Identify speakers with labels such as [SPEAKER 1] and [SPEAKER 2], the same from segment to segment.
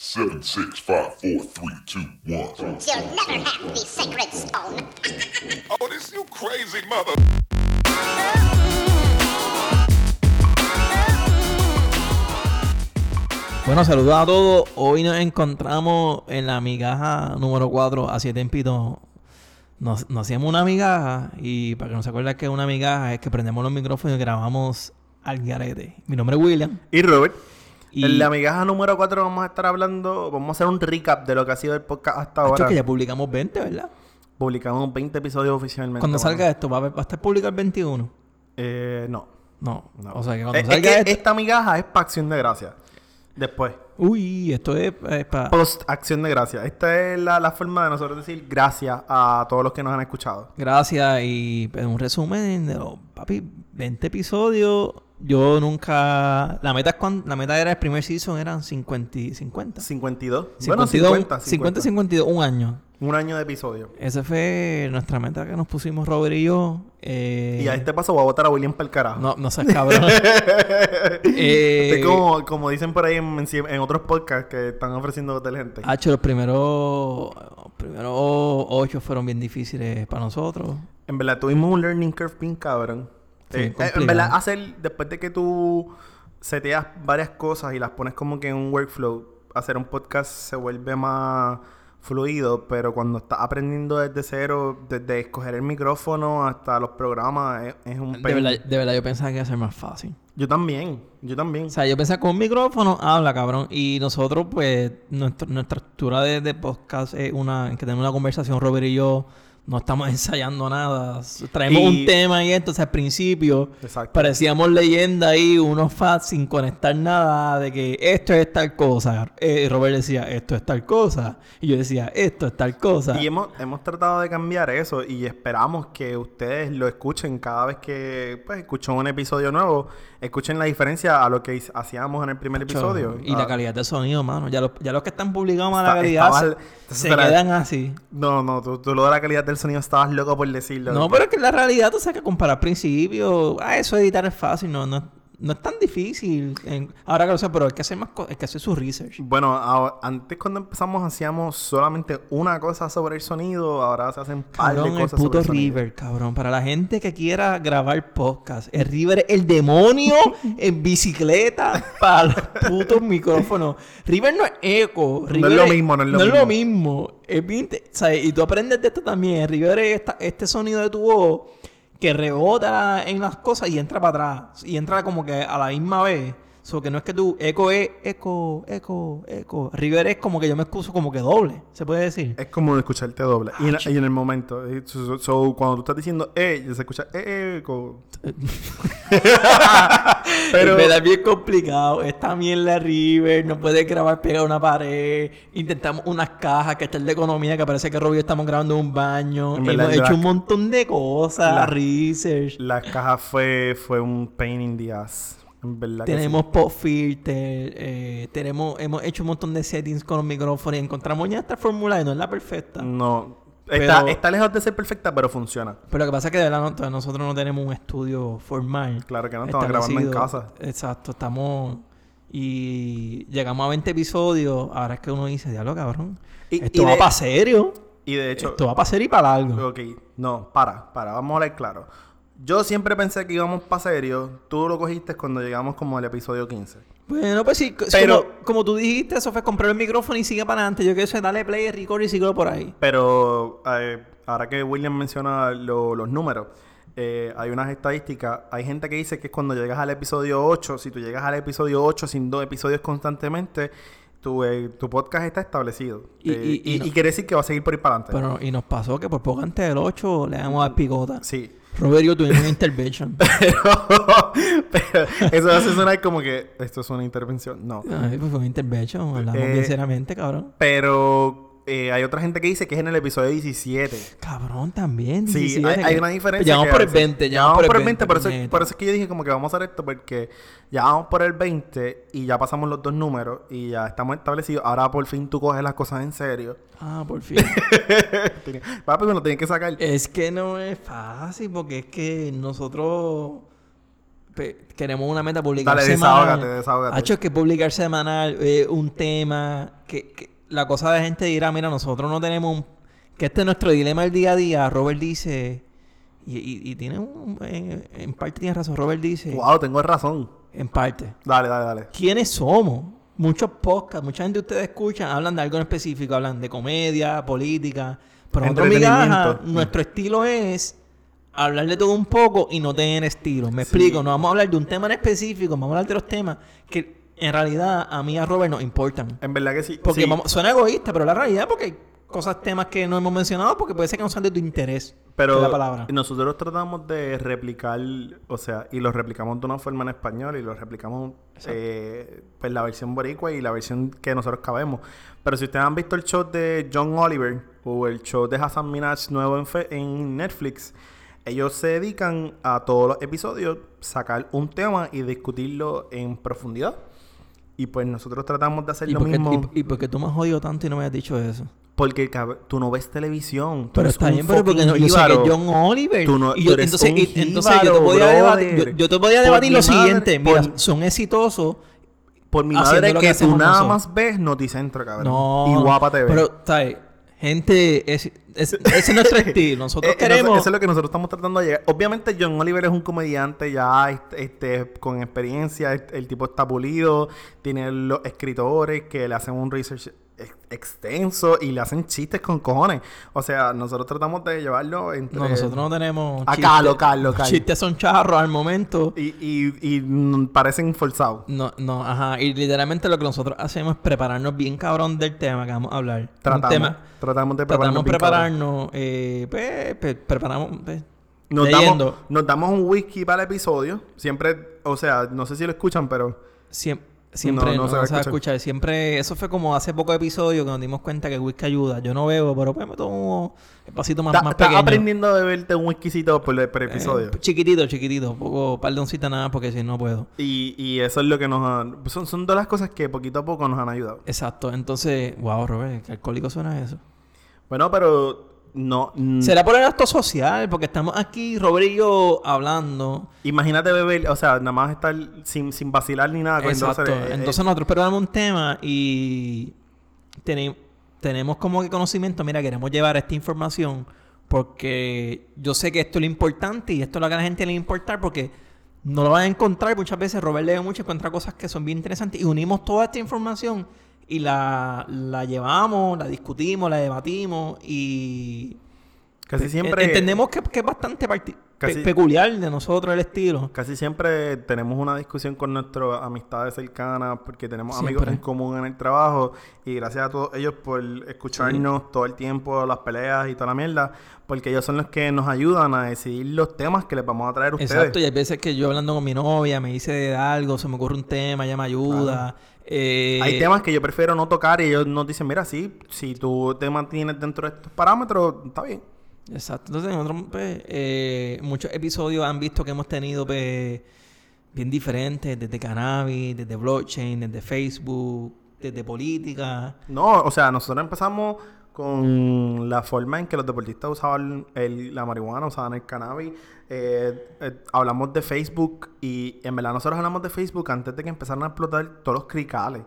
[SPEAKER 1] Seven, six, five, four, three, two, one.
[SPEAKER 2] You'll never have the sacred stone.
[SPEAKER 1] Oh, this you crazy mother.
[SPEAKER 3] Bueno, saludos a todos. Hoy nos encontramos en la migaja número 4 a 7 empito. Nos, nos hacíamos una migaja y para que no se acuerden que una migaja es que prendemos los micrófonos y grabamos al garete. Mi nombre es William.
[SPEAKER 4] Y Robert,
[SPEAKER 3] Y
[SPEAKER 4] en la migaja número 4 vamos a estar hablando, vamos a hacer un recap de lo que ha sido el podcast hasta
[SPEAKER 3] Hacho,
[SPEAKER 4] ahora.
[SPEAKER 3] Ah, que ya publicamos 20, ¿verdad?
[SPEAKER 4] Publicamos 20 episodios oficialmente.
[SPEAKER 3] Cuando
[SPEAKER 4] mano.
[SPEAKER 3] salga esto, va a, va a estar publicado el 21.
[SPEAKER 4] Eh, no.
[SPEAKER 3] No,
[SPEAKER 4] no.
[SPEAKER 3] o sea que cuando
[SPEAKER 4] Eh, es
[SPEAKER 3] salga este- esto.
[SPEAKER 4] que esta migaja es para Acción de Gracia. Después.
[SPEAKER 3] Uy, esto es, para.
[SPEAKER 4] Post Acción de Gracia. Esta es la, la forma de nosotros decir gracias a todos los que nos han escuchado.
[SPEAKER 3] Gracias y pues, un resumen de los, papi, 20 episodios. Yo nunca... La meta, es cuan- la meta era el primer season, eran 50 y 50.
[SPEAKER 4] 52.
[SPEAKER 3] 52,
[SPEAKER 4] bueno, 50, 50.
[SPEAKER 3] 52, un año.
[SPEAKER 4] Un año de episodio.
[SPEAKER 3] Esa fue nuestra meta que nos pusimos Robert y yo. Eh,
[SPEAKER 4] Y a este paso voy a votar a William para el carajo.
[SPEAKER 3] No, no seas cabrón. Eh,
[SPEAKER 4] Este es como, como dicen por ahí en, en- en otros podcasts que están ofreciendo hotel gente.
[SPEAKER 3] Hacho, los primeros, los primeros ocho fueron bien difíciles para nosotros.
[SPEAKER 4] En verdad, tuvimos un learning curve bien cabrón.
[SPEAKER 3] Sí,
[SPEAKER 4] Eh, eh,
[SPEAKER 3] complicado.
[SPEAKER 4] en verdad, hacer, después de que tú seteas varias cosas y las pones como que en un workflow, hacer un podcast se vuelve más fluido, pero cuando estás aprendiendo desde cero, desde escoger el micrófono hasta los programas, es, es un
[SPEAKER 3] De
[SPEAKER 4] pain.
[SPEAKER 3] verdad, de verdad, yo pensaba que iba a ser más fácil.
[SPEAKER 4] Yo también, yo también.
[SPEAKER 3] O sea, yo pensaba con un micrófono, habla, cabrón. Y nosotros, pues, nuestro- nuestra estructura de, de podcast es una, en que tenemos una conversación, Robert y yo, no estamos ensayando nada. S- Traemos
[SPEAKER 4] Y-
[SPEAKER 3] un tema y entonces al principio
[SPEAKER 4] Exacto.
[SPEAKER 3] parecíamos leyenda ahí, unos fans sin conectar nada, de que esto es tal cosa. Eh, Robert decía, esto es tal cosa. Y yo decía, esto es tal cosa.
[SPEAKER 4] Y hemos, hemos tratado de cambiar eso y esperamos que ustedes lo escuchen cada vez que pues, escuchen un episodio nuevo. Escuchen la diferencia a lo que hic- hacíamos en el primer episodio.
[SPEAKER 3] Y
[SPEAKER 4] Ah,
[SPEAKER 3] la calidad de sonido, mano. Ya los, ya los que están publicados mala
[SPEAKER 4] Está-
[SPEAKER 3] calidad
[SPEAKER 4] estaba-
[SPEAKER 3] se- se
[SPEAKER 4] espera.
[SPEAKER 3] quedan así.
[SPEAKER 4] No, no, tú, tú lo de la calidad del sonido estabas loco por decirlo.
[SPEAKER 3] No, pero es que la realidad, tú sabes que comparar principios, ah, eso de editar es fácil, no, no, no es tan difícil. En- ahora que lo sé, pero hay que hacer más co- hay que hacer su research.
[SPEAKER 4] Bueno, ahora- antes cuando empezamos hacíamos solamente una cosa sobre el sonido, ahora se hacen par de
[SPEAKER 3] Cabrón, el
[SPEAKER 4] cosas
[SPEAKER 3] puto
[SPEAKER 4] sobre el sonido.
[SPEAKER 3] River, cabrón. Para la gente que quiera grabar podcast, el River es el demonio en bicicleta para los putos micrófonos. River no es eco. River
[SPEAKER 4] es lo mismo, no es lo
[SPEAKER 3] mismo. Es bien inte- ¿sabes? Y tú aprendes de esto también. River es esta- este sonido de tu voz que rebota en las cosas y entra para atrás. Y entra como que a la misma vez. So que no es que tú, eco es eco, eco, eco. River es como que yo me excuso como que doble, se puede decir.
[SPEAKER 4] Es como escucharte doble. Y en, y en el momento. eh, So, so- so, cuando tú estás diciendo, eh, ya se escucha, eh, eh, co-
[SPEAKER 3] Pero...
[SPEAKER 4] Pero-
[SPEAKER 3] Es bien complicado. Está mierda River. No puedes grabar pegado a una pared. Intentamos unas cajas que está el de economía. Que parece que Robbie estamos grabando en un baño.
[SPEAKER 4] En verdad,
[SPEAKER 3] Hemos hecho
[SPEAKER 4] la-
[SPEAKER 3] un montón de cosas.
[SPEAKER 4] la-
[SPEAKER 3] research.
[SPEAKER 4] Las cajas fue, fue un pain in the ass. En verdad. que
[SPEAKER 3] Tenemos pop filter. eh, tenemos, hemos hecho un montón de settings con los micrófonos. Y encontramos ya esta fórmula y no es la perfecta.
[SPEAKER 4] sí. No.
[SPEAKER 3] Pero-
[SPEAKER 4] Está, está lejos de ser perfecta, pero funciona.
[SPEAKER 3] Pero lo que pasa es que de verdad no- todavía nosotros no tenemos un estudio formal.
[SPEAKER 4] Claro que no, estamos grabando en
[SPEAKER 3] establecido.
[SPEAKER 4] casa.
[SPEAKER 3] Exacto, estamos. Y llegamos a 20 episodios. Ahora es que uno dice, diablo, cabrón.
[SPEAKER 4] Y-
[SPEAKER 3] esto
[SPEAKER 4] y
[SPEAKER 3] va
[SPEAKER 4] de-
[SPEAKER 3] para serio.
[SPEAKER 4] Y de hecho.
[SPEAKER 3] esto va para serio y para largo.
[SPEAKER 4] Ok, no, para, para, vamos a hablar claro. Yo siempre pensé que íbamos para serio. Tú lo cogiste cuando llegamos como al episodio 15.
[SPEAKER 3] Bueno, pues sí, c-
[SPEAKER 4] Pero-
[SPEAKER 3] como, como tú dijiste, eso fue comprar el micrófono y sigue para adelante. Yo quiero darle play, record y sigo por ahí.
[SPEAKER 4] Pero eh, ahora que William menciona lo- los números, eh, hay unas estadísticas. Hay gente que dice que es cuando llegas al episodio 8, si tú llegas al episodio 8 sin dos episodios constantemente, tu, eh, tu podcast está establecido.
[SPEAKER 3] Y-
[SPEAKER 4] Eh,
[SPEAKER 3] y- y no-
[SPEAKER 4] quiere decir que va a seguir por ahí para adelante.
[SPEAKER 3] Pero, y nos pasó que por poco antes del 8 le damos a picota.
[SPEAKER 4] Sí.
[SPEAKER 3] Robert y yo tuvimos una intervention.
[SPEAKER 4] Pero, pero eso hace sonar como que esto es una intervención. No.
[SPEAKER 3] Ay, pues fue una intervention, hablamos
[SPEAKER 4] Eh,
[SPEAKER 3] sinceramente, cabrón.
[SPEAKER 4] Pero eh, hay otra gente que dice que es en el episodio 17.
[SPEAKER 3] Cabrón, también.
[SPEAKER 4] Sí,
[SPEAKER 3] 17,
[SPEAKER 4] hay, hay
[SPEAKER 3] que-
[SPEAKER 4] una diferencia.
[SPEAKER 3] Llevamos
[SPEAKER 4] que
[SPEAKER 3] por
[SPEAKER 4] a
[SPEAKER 3] el
[SPEAKER 4] veces-
[SPEAKER 3] 20,
[SPEAKER 4] Pues ya vamos por el 20. Por eso,
[SPEAKER 3] puñeta.
[SPEAKER 4] por eso es que yo dije como que vamos a hacer esto porque ya vamos por el 20 y ya pasamos los dos números y ya estamos establecidos. Ahora por fin tú coges las cosas en serio.
[SPEAKER 3] Ah, por fin.
[SPEAKER 4] Tenía- Papi, me lo Eh, tienen que sacar.
[SPEAKER 3] es que no es fácil porque es que nosotros pe- queremos una meta publicar
[SPEAKER 4] Dale,
[SPEAKER 3] semanal.
[SPEAKER 4] desahógate, desahógate.
[SPEAKER 3] Hacho, es que publicar semanal eh, un tema, que, que la cosa de gente dirá, mira, nosotros no tenemos un... Que este es nuestro dilema del día a día. Robert dice, y, y- y tiene un- en, en parte tiene razón, Robert dice,
[SPEAKER 4] Wow, tengo razón.
[SPEAKER 3] en parte.
[SPEAKER 4] Dale, dale, dale.
[SPEAKER 3] ¿Quiénes somos? Muchos podcasts, mucha gente que ustedes escuchan, hablan de algo en específico, hablan de comedia, política. Pero nosotros, migaja,
[SPEAKER 4] Entretenimiento.
[SPEAKER 3] nuestro estilo es hablar de todo un poco y no tener estilo. Me
[SPEAKER 4] Sí.
[SPEAKER 3] explico, no vamos a hablar de un tema en específico, vamos a hablar de los temas que en realidad a mí y a Robert nos importan.
[SPEAKER 4] En verdad que sí.
[SPEAKER 3] Porque
[SPEAKER 4] Em, sí,
[SPEAKER 3] vamos- suena egoísta, pero la realidad es porque hay cosas, temas que no hemos mencionado porque puede ser que no sean de tu interés.
[SPEAKER 4] pero
[SPEAKER 3] de la palabra.
[SPEAKER 4] nosotros tratamos de replicar, o sea, y lo replicamos de una forma en español y lo replicamos eh, pues la versión boricua y la versión que nosotros cabemos. Pero si ustedes han visto el show de John Oliver o el show de Hassan Minaj nuevo en, fe- en Netflix, ellos se dedican a todos los episodios sacar un tema y discutirlo en profundidad. Y pues nosotros tratamos de hacer
[SPEAKER 3] ¿Y
[SPEAKER 4] lo
[SPEAKER 3] por qué-
[SPEAKER 4] mismo.
[SPEAKER 3] y- y por qué tú me has jodido tanto y no me has dicho eso?
[SPEAKER 4] Porque cab- tú no ves televisión. Tú
[SPEAKER 3] Pero
[SPEAKER 4] eres
[SPEAKER 3] está
[SPEAKER 4] un
[SPEAKER 3] bien, pero porque
[SPEAKER 4] fucking
[SPEAKER 3] no, yo sé que
[SPEAKER 4] jíbaro.
[SPEAKER 3] John Oliver.
[SPEAKER 4] Tú no-
[SPEAKER 3] y
[SPEAKER 4] tú
[SPEAKER 3] yo,
[SPEAKER 4] eres
[SPEAKER 3] entonces,
[SPEAKER 4] un
[SPEAKER 3] y- entonces yo te
[SPEAKER 4] jíbaro,
[SPEAKER 3] podía debatir, yo,
[SPEAKER 4] brother.
[SPEAKER 3] yo te podía
[SPEAKER 4] Por
[SPEAKER 3] debatir
[SPEAKER 4] mi
[SPEAKER 3] lo
[SPEAKER 4] madre,
[SPEAKER 3] siguiente. Mira,
[SPEAKER 4] por-
[SPEAKER 3] son exitosos.
[SPEAKER 4] Por mi
[SPEAKER 3] haciendo
[SPEAKER 4] madre
[SPEAKER 3] lo
[SPEAKER 4] que,
[SPEAKER 3] que
[SPEAKER 4] tú
[SPEAKER 3] hacemos
[SPEAKER 4] nada
[SPEAKER 3] nosotros.
[SPEAKER 4] más ves Noticentro, cabrón.
[SPEAKER 3] No.
[SPEAKER 4] Y guapa te ve.
[SPEAKER 3] Pero, ¿sabes? Gente, es- es- ese es nuestro estilo. Nosotros
[SPEAKER 4] Eh, eh,
[SPEAKER 3] queremos.
[SPEAKER 4] Eso, eso es lo que nosotros estamos tratando de llegar. Obviamente, John Oliver es un comediante ya este, este, con experiencia. est- El, tipo está pulido. Tiene los escritores que le hacen un research ex- extenso y le hacen chistes con cojones. O sea, nosotros tratamos de llevarlo entre...
[SPEAKER 3] No, nosotros no tenemos.
[SPEAKER 4] Ah,
[SPEAKER 3] chistes.
[SPEAKER 4] calo, calo,
[SPEAKER 3] Los
[SPEAKER 4] calo.
[SPEAKER 3] Chistes son charros al momento.
[SPEAKER 4] Y, y, y mm, parecen forzados.
[SPEAKER 3] No, no, ajá. Y literalmente lo que nosotros hacemos es prepararnos bien cabrón del tema que vamos a hablar. Un
[SPEAKER 4] Tratamos,
[SPEAKER 3] tema-
[SPEAKER 4] tratamos de
[SPEAKER 3] tratamos de prepararnos.
[SPEAKER 4] prepararnos. bien, cabrón.
[SPEAKER 3] Eh, pues, pues, preparamos. pues,
[SPEAKER 4] Nos
[SPEAKER 3] leyendo.
[SPEAKER 4] damos, nos damos un whisky para el episodio. Siempre, o sea, no sé si lo escuchan, pero
[SPEAKER 3] Siem- siempre
[SPEAKER 4] No, no
[SPEAKER 3] no,
[SPEAKER 4] se va a
[SPEAKER 3] se va a
[SPEAKER 4] escuchar.
[SPEAKER 3] escuchar. Siempre, eso fue como hace poco episodio que nos dimos cuenta que el whisky ayuda. Yo no bebo, pero pues me tomo el pasito más,
[SPEAKER 4] estás
[SPEAKER 3] más
[SPEAKER 4] estás
[SPEAKER 3] pequeño.
[SPEAKER 4] aprendiendo a beberte un whiskycito por, el- por
[SPEAKER 3] Eh,
[SPEAKER 4] episodio.
[SPEAKER 3] chiquitito, chiquitito. Poco, pardoncita nada porque si no puedo.
[SPEAKER 4] y, y eso es lo que nos han- son, son todas las cosas que poquito a poco nos han ayudado.
[SPEAKER 3] Exacto. Entonces, wow, Robert, qué alcohólico suena eso.
[SPEAKER 4] Bueno, pero no. mm,
[SPEAKER 3] Será por el acto social, porque estamos aquí, Robert y yo, hablando.
[SPEAKER 4] Imagínate beber, o sea, nada más estar sin, sin vacilar ni nada. cogiendo
[SPEAKER 3] Exacto.
[SPEAKER 4] cerve- eh,
[SPEAKER 3] Entonces nosotros preparamos un tema y teni- tenemos como que conocimiento, mira, queremos llevar esta información porque yo sé que esto es lo importante y esto es lo que a la gente le va a importar porque no lo van a encontrar muchas veces, Robert lee mucho, encuentra cosas que son bien interesantes y unimos toda esta información y la, la llevamos, la discutimos, la debatimos y
[SPEAKER 4] eh, casi siempre.
[SPEAKER 3] en- eh, entendemos que, que es bastante parti- pe-
[SPEAKER 4] Casi-
[SPEAKER 3] peculiar de nosotros el estilo.
[SPEAKER 4] Casi siempre tenemos una discusión con nuestras amistades cercanas porque tenemos amigos
[SPEAKER 3] Siempre.
[SPEAKER 4] en común en el trabajo y gracias a todos ellos por escucharnos todo el tiempo, las peleas y toda la mierda, porque ellos son los que nos ayudan a decidir los temas que les vamos a traer a ustedes.
[SPEAKER 3] Exacto, y hay veces que yo hablando con mi novia me dice de algo, se me ocurre un tema, ella me ayuda. eh,
[SPEAKER 4] Hay temas que yo prefiero no tocar y ellos nos dicen, mira, sí, si tú te mantienes dentro de estos parámetros, está bien.
[SPEAKER 3] Exacto, entonces nosotros, pues, eh, muchos episodios han visto que hemos tenido pues, bien diferentes, desde cannabis, desde blockchain, desde Facebook, desde política.
[SPEAKER 4] No, o sea, nosotros empezamos con la forma en que los deportistas usaban el- la marihuana, usaban el cannabis. Eh, eh, hablamos de Facebook y en verdad nosotros hablamos de Facebook antes de que empezaran a explotar todos los cricales.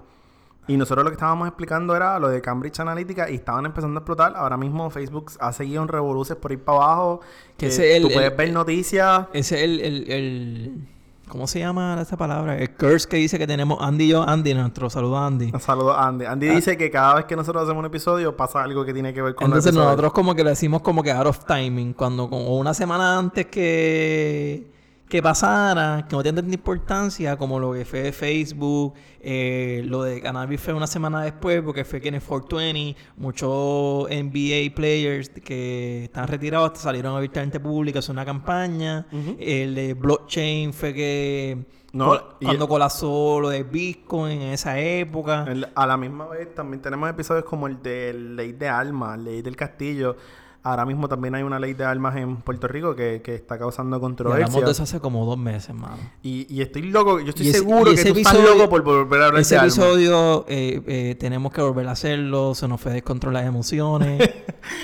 [SPEAKER 4] Y nosotros lo que estábamos explicando era lo de Cambridge Analytica y estaban empezando a explotar. Ahora mismo Facebook ha seguido en revoluciones por ir para abajo.
[SPEAKER 3] Que
[SPEAKER 4] Eh,
[SPEAKER 3] ese es
[SPEAKER 4] tú
[SPEAKER 3] el-
[SPEAKER 4] puedes
[SPEAKER 3] el-
[SPEAKER 4] ver noticias.
[SPEAKER 3] Ese es el, el- el- ¿Cómo se llama esa palabra? El curse que dice que tenemos Andy y yo, Andy, nuestro saludo a Andy.
[SPEAKER 4] Saludos a Andy. Andy
[SPEAKER 3] Ah.
[SPEAKER 4] dice que cada vez que nosotros hacemos un episodio pasa algo que tiene que ver con el
[SPEAKER 3] Entonces
[SPEAKER 4] episodio.
[SPEAKER 3] nosotros como que lo decimos como que out of timing, cuando como una semana antes que, que pasara, que no tiene tanta importancia, como lo que fue de Facebook, eh, lo de Cannabis fue una semana después, porque fue que en el 420 muchos NBA players que están retirados salieron abiertamente públicos, es una campaña, el de blockchain fue que
[SPEAKER 4] No,
[SPEAKER 3] col-
[SPEAKER 4] y-
[SPEAKER 3] cuando colapsó lo de Bitcoin en esa época.
[SPEAKER 4] El- a la misma vez también tenemos episodios como el de Ley de Almas, Ley del Castillo. Ahora mismo también hay una ley de armas en Puerto Rico que, que está
[SPEAKER 3] Y
[SPEAKER 4] causando
[SPEAKER 3] hablamos de eso
[SPEAKER 4] controversia.
[SPEAKER 3] hace como dos meses, mano.
[SPEAKER 4] Y, y estoy loco, yo estoy
[SPEAKER 3] Y ese-
[SPEAKER 4] seguro
[SPEAKER 3] y
[SPEAKER 4] que
[SPEAKER 3] ese
[SPEAKER 4] tú estás
[SPEAKER 3] episodio-
[SPEAKER 4] loco por volver a hablar
[SPEAKER 3] Ese
[SPEAKER 4] de armas.
[SPEAKER 3] episodio eh, eh, tenemos que volver a hacerlo, se nos fue descontrol las emociones.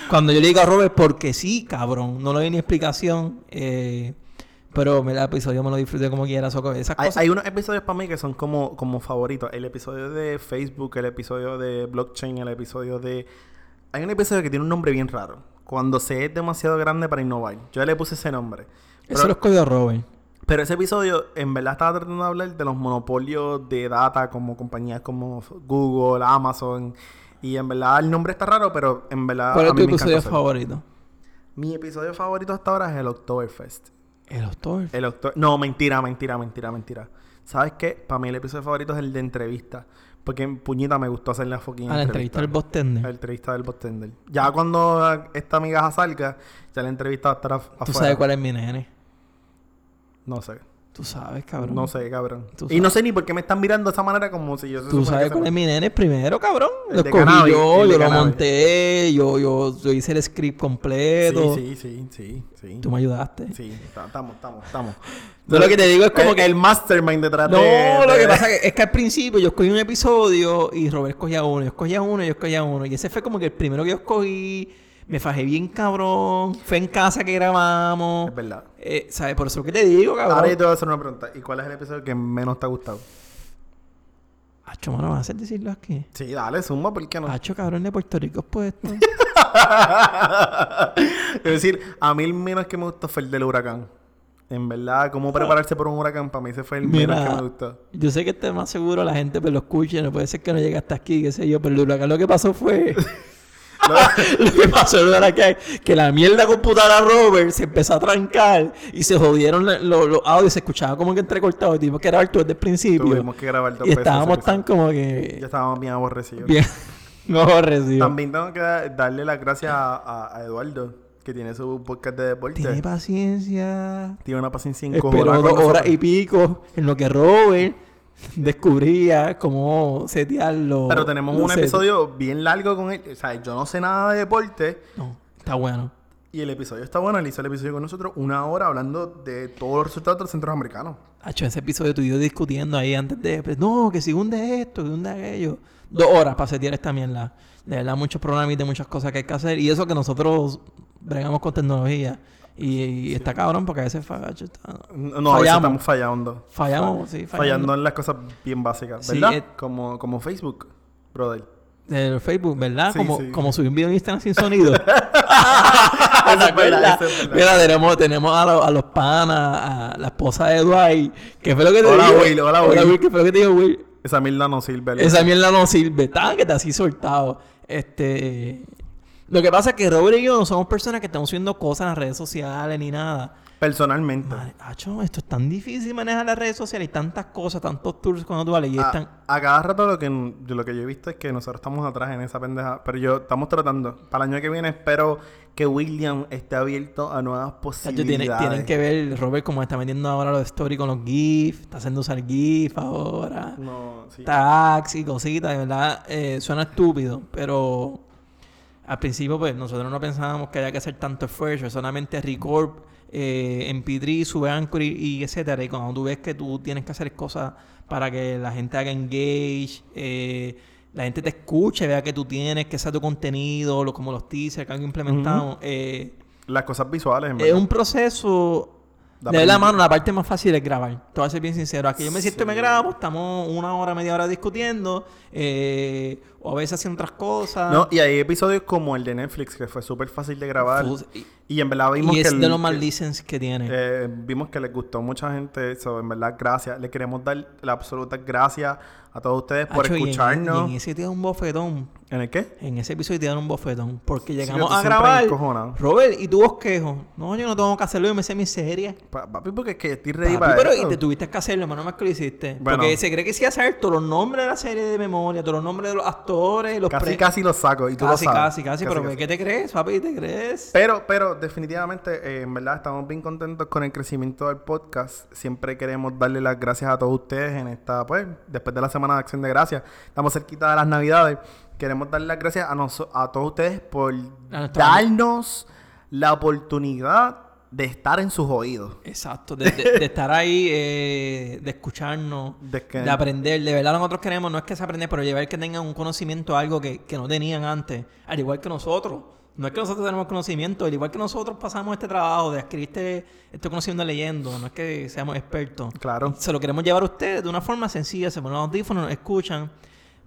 [SPEAKER 3] Cuando yo le digo a Robert, porque sí, cabrón, no le doy ni explicación. eh, Pero me la episodio me lo disfruté como quiera. so, esas
[SPEAKER 4] Hay,
[SPEAKER 3] cosas.
[SPEAKER 4] hay unos episodios para mí que son como, como favoritos. El episodio de Facebook, el episodio de blockchain, el episodio de... Hay un episodio que tiene un nombre bien raro. Cuando se es demasiado grande para innovar. Yo le puse ese nombre. Pero,
[SPEAKER 3] Eso lo escogió Robert.
[SPEAKER 4] pero ese episodio, en verdad, estaba tratando de hablar de los monopolios de data como compañías como Google, Amazon. Y en verdad, el nombre está raro, pero en verdad...
[SPEAKER 3] ¿Cuál
[SPEAKER 4] a
[SPEAKER 3] es
[SPEAKER 4] mí
[SPEAKER 3] tu
[SPEAKER 4] me encantó
[SPEAKER 3] episodio
[SPEAKER 4] hacerlo.
[SPEAKER 3] favorito?
[SPEAKER 4] Mi episodio favorito hasta ahora es el Oktoberfest.
[SPEAKER 3] El October.
[SPEAKER 4] El octo- No, mentira, mentira, mentira, mentira. ¿Sabes qué? Para mí el episodio favorito es el de entrevista. Porque en puñita me gustó hacer la fucking
[SPEAKER 3] A Ah, la entrevista del
[SPEAKER 4] La
[SPEAKER 3] Bostender.
[SPEAKER 4] entrevista del bostender. Ya cuando esta amiga salga, ya la entrevista va a estar af- afuera.
[SPEAKER 3] Tú sabes cuál es mi nene.
[SPEAKER 4] No sé.
[SPEAKER 3] Tú sabes, cabrón.
[SPEAKER 4] No sé, cabrón.
[SPEAKER 3] Tú
[SPEAKER 4] Y no sé ni por qué me están mirando de esa manera como si yo... se
[SPEAKER 3] Tú
[SPEAKER 4] supone
[SPEAKER 3] sabes
[SPEAKER 4] que
[SPEAKER 3] cuál
[SPEAKER 4] se-
[SPEAKER 3] es mi nene primero, cabrón.
[SPEAKER 4] El
[SPEAKER 3] Lo
[SPEAKER 4] de
[SPEAKER 3] escogí
[SPEAKER 4] cannabis,
[SPEAKER 3] yo,
[SPEAKER 4] el de
[SPEAKER 3] yo lo
[SPEAKER 4] cannabis.
[SPEAKER 3] monté, yo, yo, yo hice el script completo.
[SPEAKER 4] Sí, sí, sí, sí, sí.
[SPEAKER 3] Tú me ayudaste.
[SPEAKER 4] Sí, ta- estamos, estamos, estamos.
[SPEAKER 3] Yo lo que te digo es como
[SPEAKER 4] El-
[SPEAKER 3] que-
[SPEAKER 4] El mastermind detrás
[SPEAKER 3] No,
[SPEAKER 4] de...
[SPEAKER 3] lo
[SPEAKER 4] de-
[SPEAKER 3] que pasa que- es que al principio yo escogí un episodio y Robert escogía uno, yo escogía uno, yo escogía uno. Y ese fue como que el primero que yo escogí. Me fajé bien, cabrón. Fue en casa que grabamos.
[SPEAKER 4] Es verdad.
[SPEAKER 3] Eh, ¿Sabes? Por eso que te digo, cabrón.
[SPEAKER 4] Ahora yo te voy a hacer una pregunta. ¿Y cuál es el episodio que menos te ha gustado?
[SPEAKER 3] Hacho, mano, ¿vas a hacer decirlo aquí?
[SPEAKER 4] Sí, dale, zumba, ¿por qué no?
[SPEAKER 3] Hacho, cabrón, de Puerto Rico es puesto.
[SPEAKER 4] es decir, a mí el menos que me gustó fue el del huracán. En verdad, cómo prepararse por un huracán, para mí ese fue el menos que me
[SPEAKER 3] Mira,
[SPEAKER 4] gustó.
[SPEAKER 3] yo sé que esté más seguro la gente, pero lo escuche. No puede ser que no llegue hasta aquí, qué sé yo. Pero el huracán lo que pasó fue... lo que pasó el huracán, que la mierda computadora Robert se empezó a trancar y se jodieron la- lo- los audios. Se escuchaba como que entrecortado. Tuvimos que grabar todo desde el principio.
[SPEAKER 4] Tuvimos que grabar dos
[SPEAKER 3] y
[SPEAKER 4] veces
[SPEAKER 3] estábamos
[SPEAKER 4] ese
[SPEAKER 3] tan como
[SPEAKER 4] Ya
[SPEAKER 3] que...
[SPEAKER 4] estábamos bien aborrecidos.
[SPEAKER 3] Bien. No, recibo.
[SPEAKER 4] También tengo que da- darle las gracias a, a- a Eduardo, que tiene su podcast de deporte.
[SPEAKER 3] Tiene
[SPEAKER 4] Tiene,
[SPEAKER 3] paciencia.
[SPEAKER 4] una paciencia
[SPEAKER 3] Esperó
[SPEAKER 4] encojonada con
[SPEAKER 3] dos horas
[SPEAKER 4] nosotros.
[SPEAKER 3] y pico en lo que Robert descubría cómo setearlo.
[SPEAKER 4] Pero tenemos un episodio bien largo con él. O sea, yo no sé nada de deporte.
[SPEAKER 3] No, está bueno.
[SPEAKER 4] Y el episodio está bueno. Él hizo el episodio con nosotros una hora hablando de todos los resultados de los centros americanos.
[SPEAKER 3] Hacho, ese episodio tú y yo discutiendo ahí antes de... pues, no, que si hunde esto, que hunde aquello. Dos horas para setear esta mierda. De verdad, muchos programas y muchas cosas que hay que hacer. Y eso que nosotros bregamos con tecnología. Y, y está cabrón porque a veces fa- hacho, está-
[SPEAKER 4] No, no, a veces
[SPEAKER 3] Fallamos.
[SPEAKER 4] estamos fallando.
[SPEAKER 3] fallamos, sí,
[SPEAKER 4] fallando
[SPEAKER 3] fallando.
[SPEAKER 4] en las cosas bien básicas,
[SPEAKER 3] Sí,
[SPEAKER 4] ¿verdad?
[SPEAKER 3] eh,
[SPEAKER 4] como, como Facebook, brother.
[SPEAKER 3] El Facebook, ¿verdad?
[SPEAKER 4] Sí,
[SPEAKER 3] como,
[SPEAKER 4] sí.
[SPEAKER 3] como subir un video en Instagram sin sonido.
[SPEAKER 4] Eso es verdad,
[SPEAKER 3] Mira,
[SPEAKER 4] eso es verdad.
[SPEAKER 3] mira, tenemos, tenemos a, los- a los panas, a la esposa de Dwight. ¿Qué fue lo que te
[SPEAKER 4] Hola,
[SPEAKER 3] dijo?
[SPEAKER 4] Will, hola, Will.
[SPEAKER 3] ¿Qué fue lo que te dijo, Will?
[SPEAKER 4] Esa mierda no sirve. ¿verdad?
[SPEAKER 3] Esa mierda no sirve. Tan que te así soltado. Este. Lo que pasa es que Robert y yo no somos personas que estamos subiendo cosas en las redes sociales ni nada.
[SPEAKER 4] Personalmente.
[SPEAKER 3] Madre, acho, esto es tan difícil manejar las redes sociales y tantas cosas, tantos tours cuando tú vale y
[SPEAKER 4] a,
[SPEAKER 3] están.
[SPEAKER 4] Ah, a cada rato lo que, yo- lo que yo he visto es que nosotros estamos atrás en esa pendeja. Pero yo estamos tratando. Para el año que viene espero que William esté abierto a nuevas
[SPEAKER 3] Chacho,
[SPEAKER 4] posibilidades.
[SPEAKER 3] tienen, tienen que ver, Robert, cómo está vendiendo ahora los stories con los GIFs, está haciendo usar GIF ahora,
[SPEAKER 4] No, sí.
[SPEAKER 3] tags y cositas, de verdad, eh, suena estúpido, pero al principio, pues, nosotros no pensábamos que haya que hacer tanto esfuerzo, solamente record, eh, MP3, sube Anchor y, y etcétera, y cuando tú ves que tú tienes que hacer cosas para que la gente haga engage, eh, la gente te escuche, vea que tú tienes, que sea tu contenido, lo, como los teasers que han implementado, eh,
[SPEAKER 4] Las cosas visuales, en
[SPEAKER 3] es
[SPEAKER 4] verdad.
[SPEAKER 3] un proceso.
[SPEAKER 4] Da
[SPEAKER 3] De la
[SPEAKER 4] aprender.
[SPEAKER 3] mano, la parte más fácil es grabar. Te voy a ser bien sincero. Aquí yo me siento y me
[SPEAKER 4] Sí.
[SPEAKER 3] grabo, estamos una hora, media hora discutiendo, eh, o a veces haciendo otras cosas.
[SPEAKER 4] No, y hay episodios como el de Netflix que fue súper fácil de grabar.
[SPEAKER 3] Fus- y,
[SPEAKER 4] Y en verdad vimos
[SPEAKER 3] y
[SPEAKER 4] que...
[SPEAKER 3] es
[SPEAKER 4] el-
[SPEAKER 3] de los más
[SPEAKER 4] que-
[SPEAKER 3] listens que tiene.
[SPEAKER 4] Eh, vimos que les gustó a mucha gente eso, en verdad, gracias. Le queremos dar la absoluta gracias a todos ustedes por
[SPEAKER 3] Hacho, y en- Y en,
[SPEAKER 4] escucharnos.
[SPEAKER 3] ese te dan un bofetón.
[SPEAKER 4] en, el qué?
[SPEAKER 3] En ese episodio te dan un bofetón. Porque
[SPEAKER 4] yo
[SPEAKER 3] llegamos
[SPEAKER 4] estoy
[SPEAKER 3] a
[SPEAKER 4] siempre
[SPEAKER 3] grabar.
[SPEAKER 4] encojonado.
[SPEAKER 3] Robert, y tú bosquejo. No, yo no tengo que hacerlo, yo me sé mi serie.
[SPEAKER 4] Pa- papi, porque es que estoy ready
[SPEAKER 3] Papi,
[SPEAKER 4] para
[SPEAKER 3] pero
[SPEAKER 4] esto.
[SPEAKER 3] y te tuviste que hacerlo, hermano, más que lo hiciste.
[SPEAKER 4] Bueno.
[SPEAKER 3] Porque se cree que sí a saber todos los nombres de la serie de memoria, todos los nombres de los actores, los
[SPEAKER 4] Casi,
[SPEAKER 3] pre-
[SPEAKER 4] casi lo saco. Y tú
[SPEAKER 3] Casi,
[SPEAKER 4] lo sabes.
[SPEAKER 3] casi, casi, pero
[SPEAKER 4] casi.
[SPEAKER 3] ¿qué te crees, papi? ¿Te crees?
[SPEAKER 4] Pero, pero definitivamente, eh, en verdad, estamos bien contentos con el crecimiento del podcast. Siempre queremos darle las gracias a todos ustedes en esta, pues, después de la Semana de Acción de Gracias. Estamos cerquita de las Navidades. Queremos darle las gracias a, noso- a todos ustedes por
[SPEAKER 3] nuestra-
[SPEAKER 4] darnos la oportunidad de estar en sus oídos.
[SPEAKER 3] Exacto, de, de- de estar ahí, eh, de escucharnos,
[SPEAKER 4] De
[SPEAKER 3] de,
[SPEAKER 4] que-
[SPEAKER 3] aprender. De verdad, nosotros queremos, no es que se aprende, pero llevar que tengan un conocimiento, algo que, que no tenían antes, al igual que nosotros. No es que nosotros tenemos conocimiento, al igual que nosotros pasamos este trabajo de escribirte, estoy conociendo leyendo, no es que seamos expertos.
[SPEAKER 4] Claro.
[SPEAKER 3] Se lo queremos llevar a ustedes de una forma sencilla, se ponen los audífonos, nos escuchan.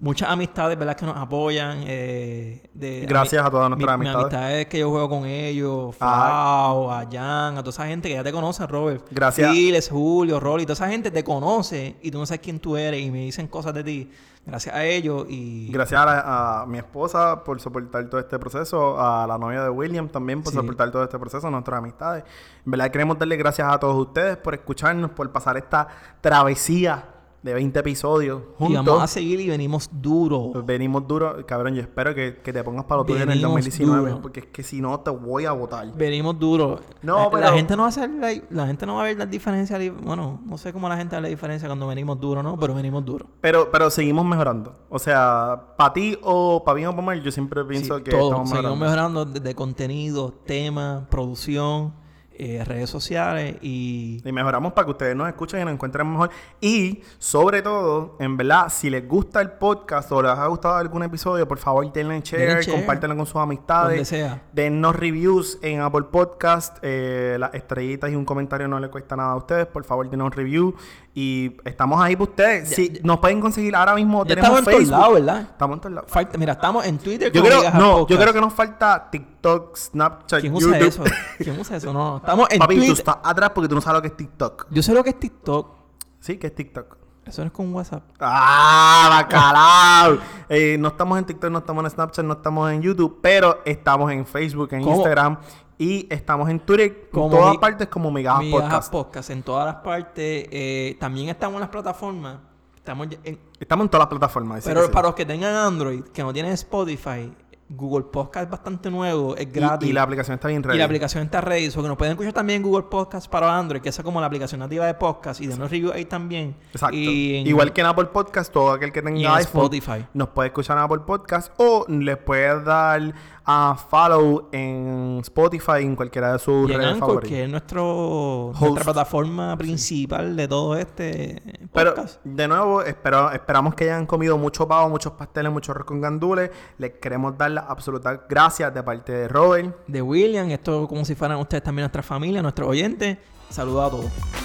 [SPEAKER 3] Muchas amistades, ¿verdad? Que nos apoyan. eh, de-
[SPEAKER 4] Gracias a todas nuestras
[SPEAKER 3] mi- mis
[SPEAKER 4] amistades.
[SPEAKER 3] que yo juego con ellos,
[SPEAKER 4] Ah.
[SPEAKER 3] Fao, a Jan, a toda esa gente que ya te conoce, Robert.
[SPEAKER 4] Gracias.
[SPEAKER 3] Giles, Julio, Rolly, toda esa gente te conoce y tú no sabes quién tú eres y me dicen cosas de ti. Gracias a ellos y...
[SPEAKER 4] Gracias a, la- a mi esposa por soportar todo este proceso, a la novia de William también por
[SPEAKER 3] Sí.
[SPEAKER 4] soportar todo este proceso, a nuestras amistades. En verdad queremos darle gracias a todos ustedes por escucharnos, por pasar esta travesía de 20 episodios
[SPEAKER 3] y vamos a
[SPEAKER 4] juntos.
[SPEAKER 3] seguir y venimos duro.
[SPEAKER 4] Venimos duro, cabrón, yo espero que, que te pongas para lo tuyo en el
[SPEAKER 3] Venimos
[SPEAKER 4] 2019,
[SPEAKER 3] duro.
[SPEAKER 4] porque es que si no te voy a votar.
[SPEAKER 3] Venimos duro.
[SPEAKER 4] No,
[SPEAKER 3] la,
[SPEAKER 4] pero-
[SPEAKER 3] la gente no va a hacer la, la gente no va a ver la diferencia. li- Bueno, no sé cómo la gente ve la diferencia cuando venimos duro, ¿no? Pero venimos duro.
[SPEAKER 4] Pero, pero seguimos mejorando. O sea, para ti o para bien o para mal, yo siempre pienso
[SPEAKER 3] Sí,
[SPEAKER 4] que
[SPEAKER 3] todo.
[SPEAKER 4] estamos mejorando.
[SPEAKER 3] Seguimos mejorando desde contenido, temas, producción, eh, redes sociales y
[SPEAKER 4] Y mejoramos para que ustedes nos escuchen y nos encuentren mejor. Y sobre todo, en verdad, si les gusta el podcast o les ha gustado algún episodio, por favor denle share,
[SPEAKER 3] Denle share.
[SPEAKER 4] compártanlo con sus
[SPEAKER 3] donde
[SPEAKER 4] amistades.
[SPEAKER 3] sea.
[SPEAKER 4] Dennos reviews en Apple Podcast. eh, las estrellitas y un comentario no le cuesta nada a ustedes. Por favor, denos review. Y estamos ahí para ustedes.
[SPEAKER 3] Ya-
[SPEAKER 4] si nos pueden conseguir ahora mismo,
[SPEAKER 3] Ya estamos
[SPEAKER 4] tenemos
[SPEAKER 3] en
[SPEAKER 4] Facebook.
[SPEAKER 3] todos lados, ¿verdad?
[SPEAKER 4] Estamos en todos lados.
[SPEAKER 3] Falta- mira, estamos en Twitter.
[SPEAKER 4] Yo
[SPEAKER 3] como
[SPEAKER 4] creo,
[SPEAKER 3] Ligas al
[SPEAKER 4] no, yo
[SPEAKER 3] Podcast.
[SPEAKER 4] creo que nos falta TikTok, Snapchat,
[SPEAKER 3] ¿Quién usa
[SPEAKER 4] YouTube.
[SPEAKER 3] eso? ¿Quién usa eso? No, no. Estamos en
[SPEAKER 4] Papi, tú
[SPEAKER 3] Twitter.
[SPEAKER 4] estás atrás porque tú no sabes lo que es TikTok.
[SPEAKER 3] Yo sé lo que es TikTok.
[SPEAKER 4] Sí, que es TikTok.
[SPEAKER 3] Eso no es con WhatsApp.
[SPEAKER 4] ¡Ah, bacalao! Eh, no estamos en TikTok, no estamos en Snapchat, no estamos en YouTube, pero estamos en Facebook, en
[SPEAKER 3] ¿Cómo?
[SPEAKER 4] Instagram y estamos en Twitter. En
[SPEAKER 3] Como
[SPEAKER 4] todas
[SPEAKER 3] mi-
[SPEAKER 4] partes como Megajas
[SPEAKER 3] Migajas
[SPEAKER 4] Podcast.
[SPEAKER 3] Podcast, en todas las partes. eh, también estamos en las plataformas. Estamos ya- en-
[SPEAKER 4] estamos en todas las plataformas. sí
[SPEAKER 3] pero
[SPEAKER 4] que sí.
[SPEAKER 3] para los que tengan Android, que no tienen Spotify, Google Podcast es bastante nuevo, es
[SPEAKER 4] Y-
[SPEAKER 3] gratis.
[SPEAKER 4] Y, la aplicación está bien
[SPEAKER 3] Y
[SPEAKER 4] ready.
[SPEAKER 3] la aplicación está ready, so que nos pueden escuchar también en Google Podcast para Android, que esa es como la aplicación nativa de podcast, y denos review ahí también.
[SPEAKER 4] Exacto.
[SPEAKER 3] Y en-
[SPEAKER 4] Igual que en Apple Podcast, todo aquel que tenga
[SPEAKER 3] Y en
[SPEAKER 4] iPhone
[SPEAKER 3] Spotify.
[SPEAKER 4] nos puede escuchar en Apple Podcast o les puede dar a follow en Spotify en cualquiera de sus
[SPEAKER 3] y en
[SPEAKER 4] redes
[SPEAKER 3] Anchor,
[SPEAKER 4] favoritas.
[SPEAKER 3] que es nuestro,
[SPEAKER 4] Host.
[SPEAKER 3] nuestra plataforma principal de todo este
[SPEAKER 4] Pero,
[SPEAKER 3] podcast.
[SPEAKER 4] de nuevo, espero- esperamos que hayan comido mucho pavo, muchos pasteles, muchos arroz con gandules. Les queremos dar las absolutas gracias de parte de Robert.
[SPEAKER 3] de William, esto como si fueran ustedes también nuestra familia, nuestros oyentes. Saludos a todos.